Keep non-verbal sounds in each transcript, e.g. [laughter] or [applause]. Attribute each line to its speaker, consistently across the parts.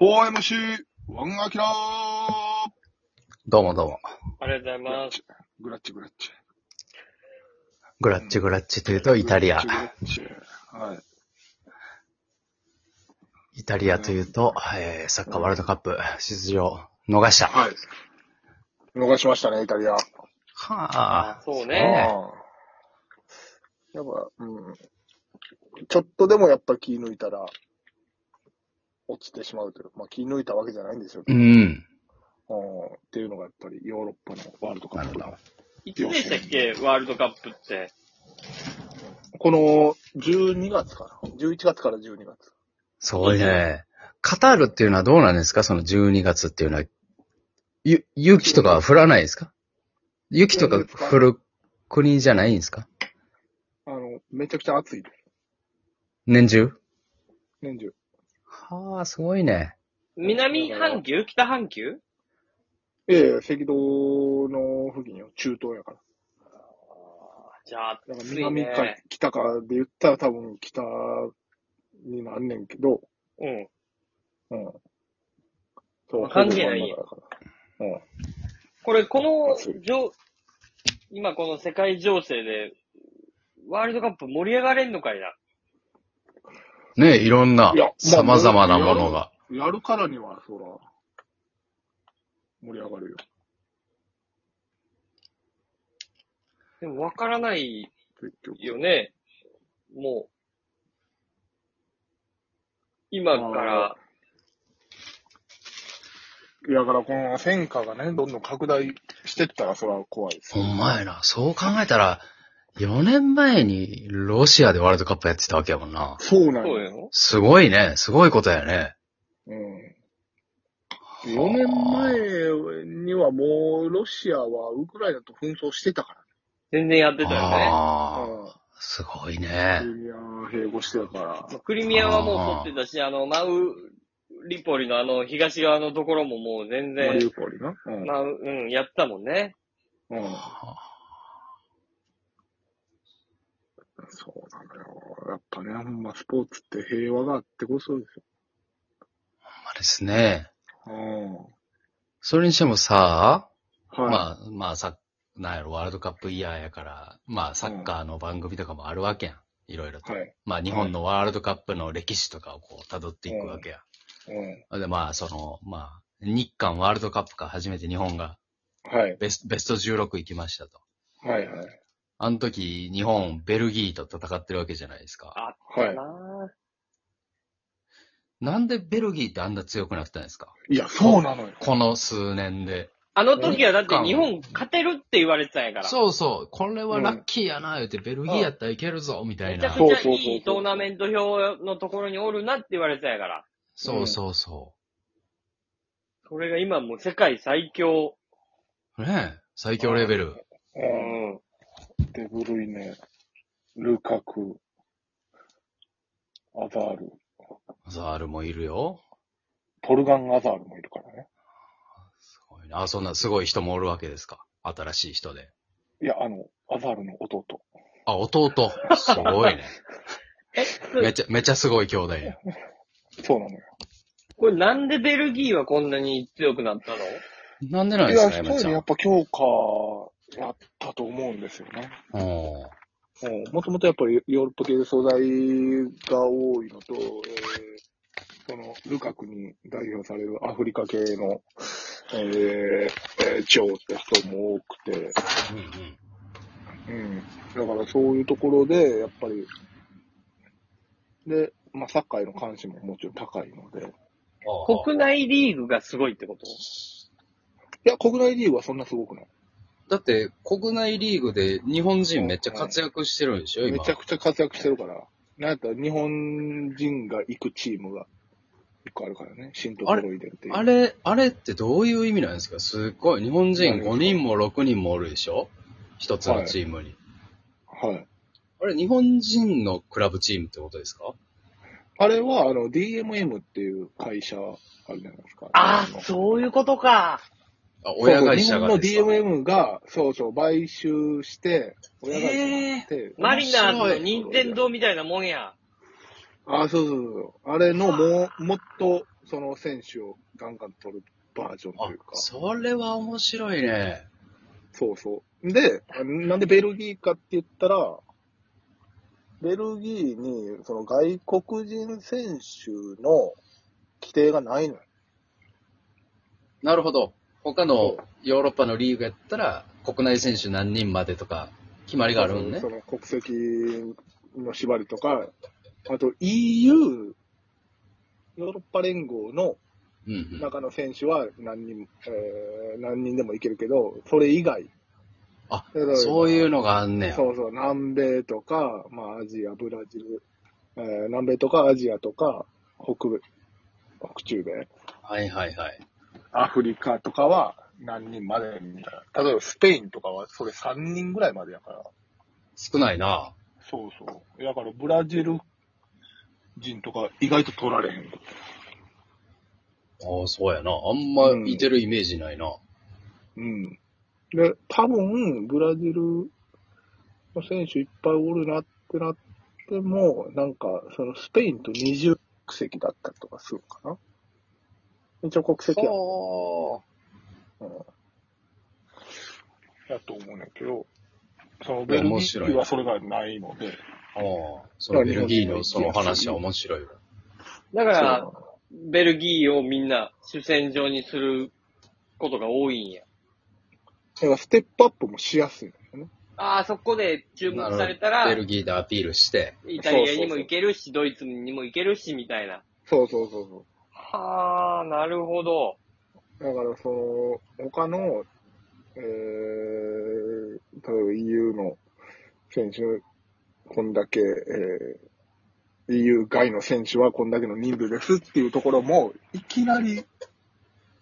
Speaker 1: 4MC、ワンアキラー
Speaker 2: どうもどうも。
Speaker 3: ありがとう
Speaker 1: グ
Speaker 3: ござい
Speaker 1: ラッ
Speaker 3: ます
Speaker 1: チ。、グラッチ、グラッチ。
Speaker 2: グラッチグラッチというとイタリア
Speaker 1: グ。ラッチグラッチはい。
Speaker 2: イタリアというと、えーサッカーワールドカップ出場逃した。は
Speaker 1: はい。逃しましたね、イタリア。
Speaker 2: あ。
Speaker 3: そう
Speaker 1: え
Speaker 3: ね。
Speaker 1: やっぱ、うん。ちょっとでもやっぱ気抜いたら、落ちてしまうという。まあ気抜いたわけじゃないんですよ。
Speaker 2: う
Speaker 1: うん
Speaker 2: ん。
Speaker 1: っていうのがやっぱりヨーロッパのワールドカ
Speaker 2: なる
Speaker 1: ッ
Speaker 2: ほ
Speaker 1: プ
Speaker 2: ど。
Speaker 3: いつでしたっけワールドカップって。
Speaker 1: この12月かな ?11 月から12月。
Speaker 2: そうね。カタールっていうのはどうなんですかその12月っていうのは。ゆ、雪とかは降らないですか雪とか降る国じゃないんですか
Speaker 1: あの、めちゃくちゃ暑い。
Speaker 2: 年中
Speaker 1: 年中。
Speaker 2: はあ、すごいね。
Speaker 3: 南半球北半球
Speaker 1: ええ赤道の付近よ。中東やから。
Speaker 3: じゃあ、
Speaker 1: だから
Speaker 3: 暑い
Speaker 1: 南か
Speaker 3: ね。
Speaker 1: 北かで言ったら多分北になんねんけど、
Speaker 3: うん。
Speaker 1: うん。そ
Speaker 3: まあ関係ないんや
Speaker 1: ほぼ真ん中だから
Speaker 3: これ、こ
Speaker 1: 暑い
Speaker 3: の、じょ今この世界情勢で、ワールドカップ盛り上がれんのかいな。
Speaker 2: ねいろんない
Speaker 1: やまあ
Speaker 2: 様々なものが。
Speaker 1: うん。やるからには、そら、盛り上がるよ。
Speaker 3: でも、わからない
Speaker 1: 結局。
Speaker 3: よね。もう。今から、
Speaker 1: いやだからこの戦火がね、どんどん拡大してったら、そら怖いです
Speaker 2: ほんまやな。そう考えたら、4年前にロシアでワールドカップやってたわけやもんな。
Speaker 1: そうなん
Speaker 3: そう
Speaker 1: や。
Speaker 3: よ。
Speaker 2: すごいね。すごいことやね。
Speaker 1: うん。4年前にはもう、ロシアはウクライナと紛争してたか
Speaker 3: 全然やってたよね。
Speaker 1: ら。
Speaker 2: ああ、
Speaker 1: うん。
Speaker 2: すごい
Speaker 1: ク
Speaker 2: ね。
Speaker 1: リミア併合してるから。
Speaker 3: まあクリミアはもう取ってたし、あの、マウリポリのあの、東側のところももう全
Speaker 1: マリ
Speaker 3: 然、
Speaker 1: ウポリな。うん。
Speaker 3: マウ、うん、やってたもんね。
Speaker 1: うん。そうなのよ。やっぱね、ほんまスポーツって平和があってこそです
Speaker 2: ほんまですね。
Speaker 1: よ。
Speaker 2: それにしてもさ、
Speaker 1: うん。はい。
Speaker 2: まあ、まあさ、なんやろ、ワールドカップイヤーやから、まあサッカーの番組とかもあるわけやん。いろいろと。
Speaker 1: はい。
Speaker 2: まあ日本のワールドカップの歴史とかをこう辿っていくわけや。
Speaker 1: う
Speaker 2: で、まあその、まあ、日韓ワールドカップから初めて日本が
Speaker 1: ん。はい。
Speaker 2: ベスベスト16行きましたと。
Speaker 1: はいはい。
Speaker 2: あの時、日本、ベルギーと戦ってるわけじゃないですか。
Speaker 3: あったなぁ。
Speaker 2: なんでベルギーってあんな強くなったんですか
Speaker 1: いや、そうなのよ。
Speaker 2: この数年で。
Speaker 3: あの時はだって日本勝てるって言われてたんやから。
Speaker 2: そうそう、これはラッキーやな、言うて、ベルギーやったらいけるぞ、みたい
Speaker 3: めちゃ
Speaker 2: な
Speaker 3: く。ちゃいいトーナメント表のところにおるなって言われてたんやから。
Speaker 2: そうそうそ
Speaker 3: それが今もう世界最強。
Speaker 2: う。ねえ、最強レベル。
Speaker 3: う。
Speaker 1: うんん。デブルイネ、ルカク、アザール、
Speaker 2: ザールもいるよ。
Speaker 1: トルガン・アザールもいるからね。
Speaker 2: すごいなあ、そんなすごい人もおるわけですか。新しい人で。
Speaker 1: いや、あの、アザールの弟。
Speaker 2: あ、弟。すご
Speaker 3: [laughs]
Speaker 2: いね。
Speaker 3: え、
Speaker 2: めっちゃ、めっちゃすごい兄弟や。
Speaker 1: そうなのよ。
Speaker 3: これなんでベルギーはこんなに強くなったの
Speaker 2: なんでなん
Speaker 1: い
Speaker 2: です
Speaker 1: や、
Speaker 2: か、
Speaker 1: 一
Speaker 2: 山ち
Speaker 1: 人
Speaker 2: ゃん
Speaker 1: やっ。ぱ強化やったと思うんですよね。
Speaker 2: うん
Speaker 1: もともとやっぱりヨーロッパ系で素材が多いのと、えーそのルカクに代表されるアフリカ系の、えーえー、地方って人も多くて、
Speaker 2: うん
Speaker 1: うん。だからそういうところで、やっぱり、で、まあ、サッカーへの関心ももちろん高いので、い
Speaker 2: うん。
Speaker 3: 国内リーグがすごいってこと
Speaker 1: や、国内リーグはそんなすごくない。
Speaker 2: だって、国内リーグで日本人めっちゃ活躍してるんでしょ、
Speaker 1: め
Speaker 2: 今。
Speaker 1: ちゃくちゃ活躍してるから、なんやったら日本人が行くチームが一個あるからね、新ところ入れっていう。
Speaker 2: あれ、あれってどういう意味なんですかすっごい。日本人5人も6人もおるでしょ一つのチームに。
Speaker 1: はい。
Speaker 2: あれ、日本人のクラブチームってことですか
Speaker 1: あれは、あの、DMM っていう会社あるじゃないですか。
Speaker 3: あ
Speaker 1: の
Speaker 3: あ、そういうことか。
Speaker 2: あ、親会社
Speaker 1: そ
Speaker 2: が
Speaker 1: うそう
Speaker 2: です
Speaker 1: 日
Speaker 2: か
Speaker 1: 本の DMM が、そうそう、買収して、親会社になって、
Speaker 3: マリナーズの任天堂みたいなもんや。
Speaker 1: あ、そうそうそう。あれのもう、もっと、その選手をガンガン取るバージョン
Speaker 2: あ
Speaker 1: というか、。
Speaker 2: それは面白いね。
Speaker 1: そうそう。で、なんでベルギーかって言ったら、ベルギーにその外国人選手の規定がないのよ。
Speaker 2: なるほど。他の
Speaker 1: そ
Speaker 2: ヨーロッパのリーグやったら、国内選手何人までとか、決まりがあるもんね
Speaker 1: そ。の国籍の縛りとか、あと EU、ヨーロッパ連合の
Speaker 2: うんうん。
Speaker 1: 中の選手は何人、えー何人でもいけるけど、それ以外、
Speaker 2: あ
Speaker 1: だから、
Speaker 2: そういうのがあんねや。
Speaker 1: そうそう、南米とか、まあアジア、ブラジル、えー南米とかアジアとか、北米、北中米、
Speaker 2: はいはいはい。
Speaker 1: アフリカとかは何人までみたいな。例えばスペインとかはそれ3人ぐらいまでやから。
Speaker 2: 少ないな。
Speaker 1: そうそう。だからブラジル人とか意外と取られへん。
Speaker 2: ああ、そうやな。あんまいてるイメージないな。
Speaker 1: うん。で、多分、ブラジルの選手いっぱいおるなってなっても、なんか、そのスペインと二重国籍だったりとかするかな。一応国籍や,、
Speaker 2: そ
Speaker 1: やと思うねんけど、その
Speaker 2: いや
Speaker 1: ベルギ
Speaker 2: 面白い
Speaker 1: ーはそれがないので、
Speaker 2: う。ああ、そのベルギーのその話は面白いわ。
Speaker 3: だから、ベルギーをみんな主戦場にすることが多いんや。
Speaker 1: だからステップアップもしやすいんだよね。
Speaker 3: ああ、そこで注目され
Speaker 2: なるほど
Speaker 3: たら
Speaker 2: ベ、ルギーでアピールして。
Speaker 3: イタリアにも行けるし、ドイツにも行けるし、みたいな。
Speaker 1: そうそうそうそう。
Speaker 3: はあ、なるほど。
Speaker 1: だから、その、他の、えー、例えば EU の選手、こんだけ、えー、EU 外の選手はこんだけの人数ですっていうところも、いきなり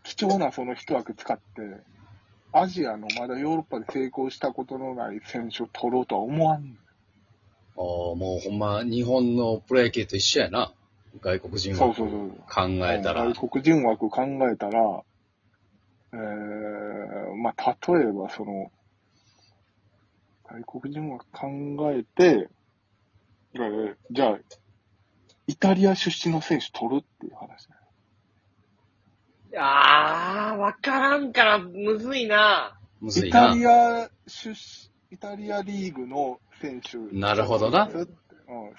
Speaker 1: 貴重なその一枠使って、アジアのまだヨーロッパで成功したことのない選手を取ろうとは思わん。
Speaker 2: ああ、もうほんま日本のプロ野球と一緒やな。外国人
Speaker 1: そ
Speaker 2: を
Speaker 1: うそうそ
Speaker 2: 考
Speaker 1: う。
Speaker 2: えたら。うん
Speaker 1: 外国人枠考えたら、えー、まあ、例えばその、外国人枠考えて、えーじゃあ、イタリア出身の選手取るっていう話ね。
Speaker 3: ああ、わからんから、むずいな。
Speaker 2: むず
Speaker 1: イ
Speaker 2: い
Speaker 1: タ
Speaker 2: な。
Speaker 1: リア出身、イタリアリーグの選手。
Speaker 2: なるほどな
Speaker 1: うん、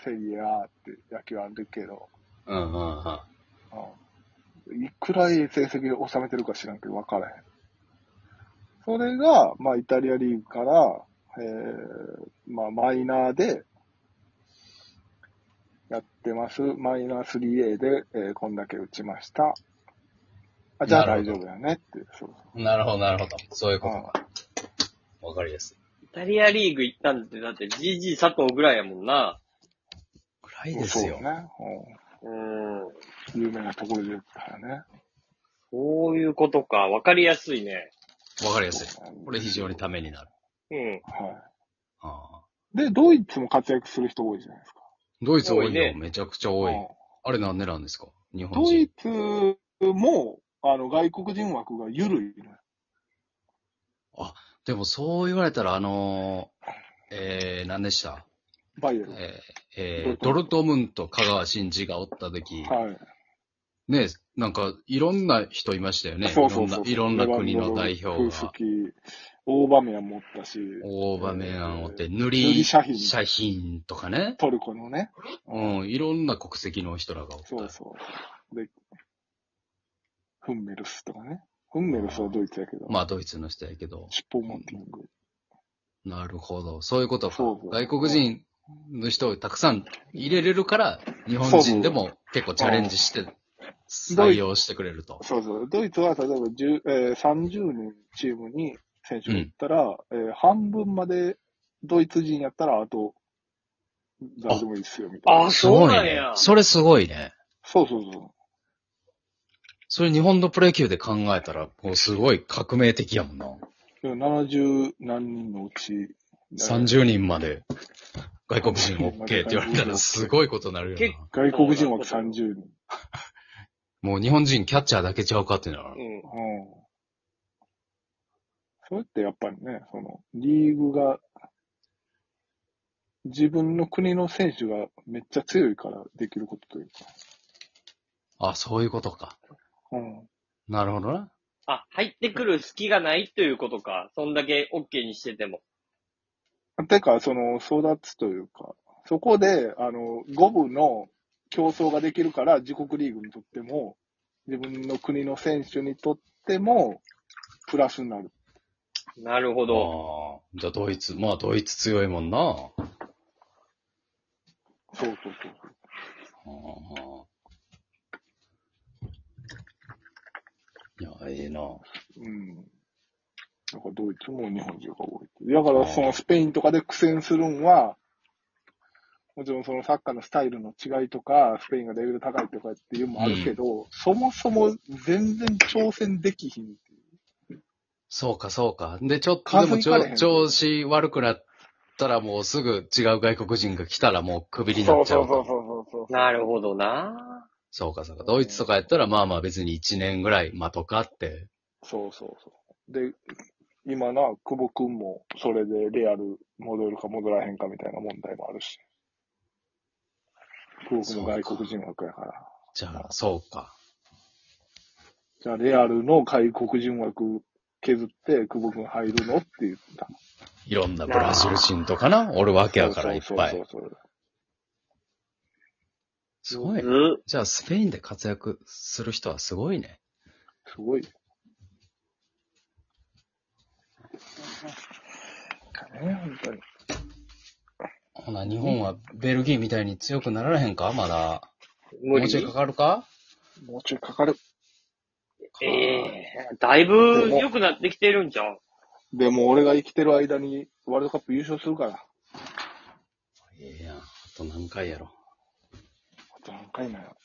Speaker 1: セリエ A って野球あるけど、
Speaker 2: うんうんうん。
Speaker 1: うんいくらいい成績を収めてるか知らんけど分からへん。それが、まあ、イタリアリーグから、えーまあ、マイナーで、やってます。マイナー 3A で、えーこんだけ打ちました。あ、じゃあ
Speaker 2: な
Speaker 1: 大
Speaker 2: るほ
Speaker 1: 丈夫
Speaker 2: ど
Speaker 1: だよねって。そう
Speaker 2: なるほど、なるほど。そういうことか。わかりやすい。
Speaker 3: イタリアリーグ行ったんって、だって GG 佐藤ぐらいやもんな。
Speaker 2: 暗いですよ。
Speaker 1: そうね。う
Speaker 3: うん。
Speaker 1: ん有名なところで言ったらね。
Speaker 3: そういうことか。わかりやすいね。
Speaker 2: わかりやすい。これ非常にためになる。
Speaker 3: うん。
Speaker 1: は
Speaker 2: ああ
Speaker 1: い。で、ドイツも活躍する人多いじゃないですか。
Speaker 2: ドイツ多
Speaker 3: 多い
Speaker 2: い
Speaker 3: ね
Speaker 2: よ。めちゃくちゃ多い。あれなんでなんですか日
Speaker 1: うん
Speaker 2: 本
Speaker 1: ド
Speaker 2: 人
Speaker 1: イ。ツも、あの、外国人枠が緩いのよ。
Speaker 2: でもそう言われたら、あのー、えー、何でした
Speaker 1: バイエルン。
Speaker 2: えー、えー、ドルトムント、香川真司がおった時、
Speaker 1: はい。
Speaker 2: ね、なんかいろんな人いましたよね。
Speaker 1: そうそうそう。
Speaker 2: いろんな、いろんな国の代表
Speaker 1: レバンドフス
Speaker 2: が。
Speaker 1: キ大場面もおったし、
Speaker 2: 大場面をって、塗
Speaker 1: 塗
Speaker 2: り
Speaker 1: り
Speaker 2: 写
Speaker 1: 写真
Speaker 2: 品とかね。
Speaker 1: トルコのね。
Speaker 2: うん、いろんな国籍の人らがおっ
Speaker 1: そう
Speaker 2: た。
Speaker 1: そう。で、フンメルスとかね。フンメルスはドイツやけど、
Speaker 2: まあ、ドイツの人やけど。
Speaker 1: シュポモンティング。
Speaker 2: なるほど。そういうことか
Speaker 1: そう。そう
Speaker 2: 外国人の人をたくさん入れれるから、日本人でも結構チャレンジして、採用してくれると。
Speaker 1: そうそう。ドイツは例えば10、えー、30人チームに選手が行ったら、えー半分までドイツ人やったら、あと、誰でもいいっすよ、みたいな。
Speaker 3: あ、そうなん
Speaker 2: ね
Speaker 3: や。。
Speaker 2: それすごいね。
Speaker 1: そうそうそ
Speaker 2: それ日本のプロ野球で考えたら、こうすごい革命的やもんな。
Speaker 1: う。でも70何人のうち、
Speaker 2: 30人まで外国人 OK って言われたらすごいことになるよ
Speaker 3: 結
Speaker 2: な。
Speaker 1: 外国人枠30人。
Speaker 2: もう日本人キャッチャーだけちゃうかってなる。
Speaker 3: うん。
Speaker 1: うんそれってやっぱりね、その、リーグが、自分の国の選手がめっちゃ強いからできることというか。
Speaker 2: あ、そういうことか。
Speaker 1: うん。
Speaker 2: なるほどな。
Speaker 3: あ、入ってくる隙がないということか。そんだけ OK にしてても。
Speaker 1: てか、その、育つというか、そこで、あの、五部の競争ができるから、自国リーグにとっても、自分の国の選手にとっても、プラスになる。
Speaker 3: なるほど。
Speaker 2: ああ。じゃあドイツ、まあドイツ強いもんな。
Speaker 1: そうそうそう。
Speaker 2: ああ。いや、ええな。
Speaker 1: うん。だからドイツも日本人が多い。だから、そのスペインとかで苦戦するんは、もちろんそのサッカーのスタイルの違いとか、スペインがレベル高いとかっていうのもあるけど、そもそも全然挑戦できひん。
Speaker 2: そうか、そうか。で、ちょっと、でも
Speaker 1: 数
Speaker 2: ち
Speaker 1: 行かれへ
Speaker 2: ょ
Speaker 1: ん
Speaker 2: 調子悪くなったらもうすぐ違う外国人が来たらもうクビにな
Speaker 1: そ
Speaker 2: っ
Speaker 1: う
Speaker 2: ちゃ
Speaker 1: そうう
Speaker 2: か
Speaker 1: そうそうそうそう。
Speaker 3: なるほどな。
Speaker 2: そうか、そうか。ドイツとかやったら、まあまあ別に1年ぐらい待とかって。
Speaker 1: そうそうそう。で、今な、久保君もそれでレアル戻るか戻らへんかみたいな問題もあるし。久保君も外国人枠やから。
Speaker 2: じゃあ、そうか。
Speaker 1: じゃあレアルの外国人枠削って久保君入るのって言った。
Speaker 2: いろんなブラジル人とかな、おるわけやからいっ
Speaker 1: そう
Speaker 2: ぱ
Speaker 1: そ。
Speaker 2: いう
Speaker 1: そう
Speaker 2: すごい。
Speaker 3: う
Speaker 2: じゃあ、スペインで活躍する人はすごいね。
Speaker 1: そう。すごい。なんかね、本当に。
Speaker 2: ほな、日本はベルギーみたいに強くなられへんかまだ。
Speaker 3: 無
Speaker 2: もうちょい
Speaker 3: 理
Speaker 2: か。かるか
Speaker 1: もうちょいかかる。
Speaker 3: ええだいぶ良くなってきてるんじゃん。
Speaker 1: でも俺が生きてる間にワールドカップ優勝するから。
Speaker 2: ええやん。あと何回やろ。
Speaker 1: あと何回なよ。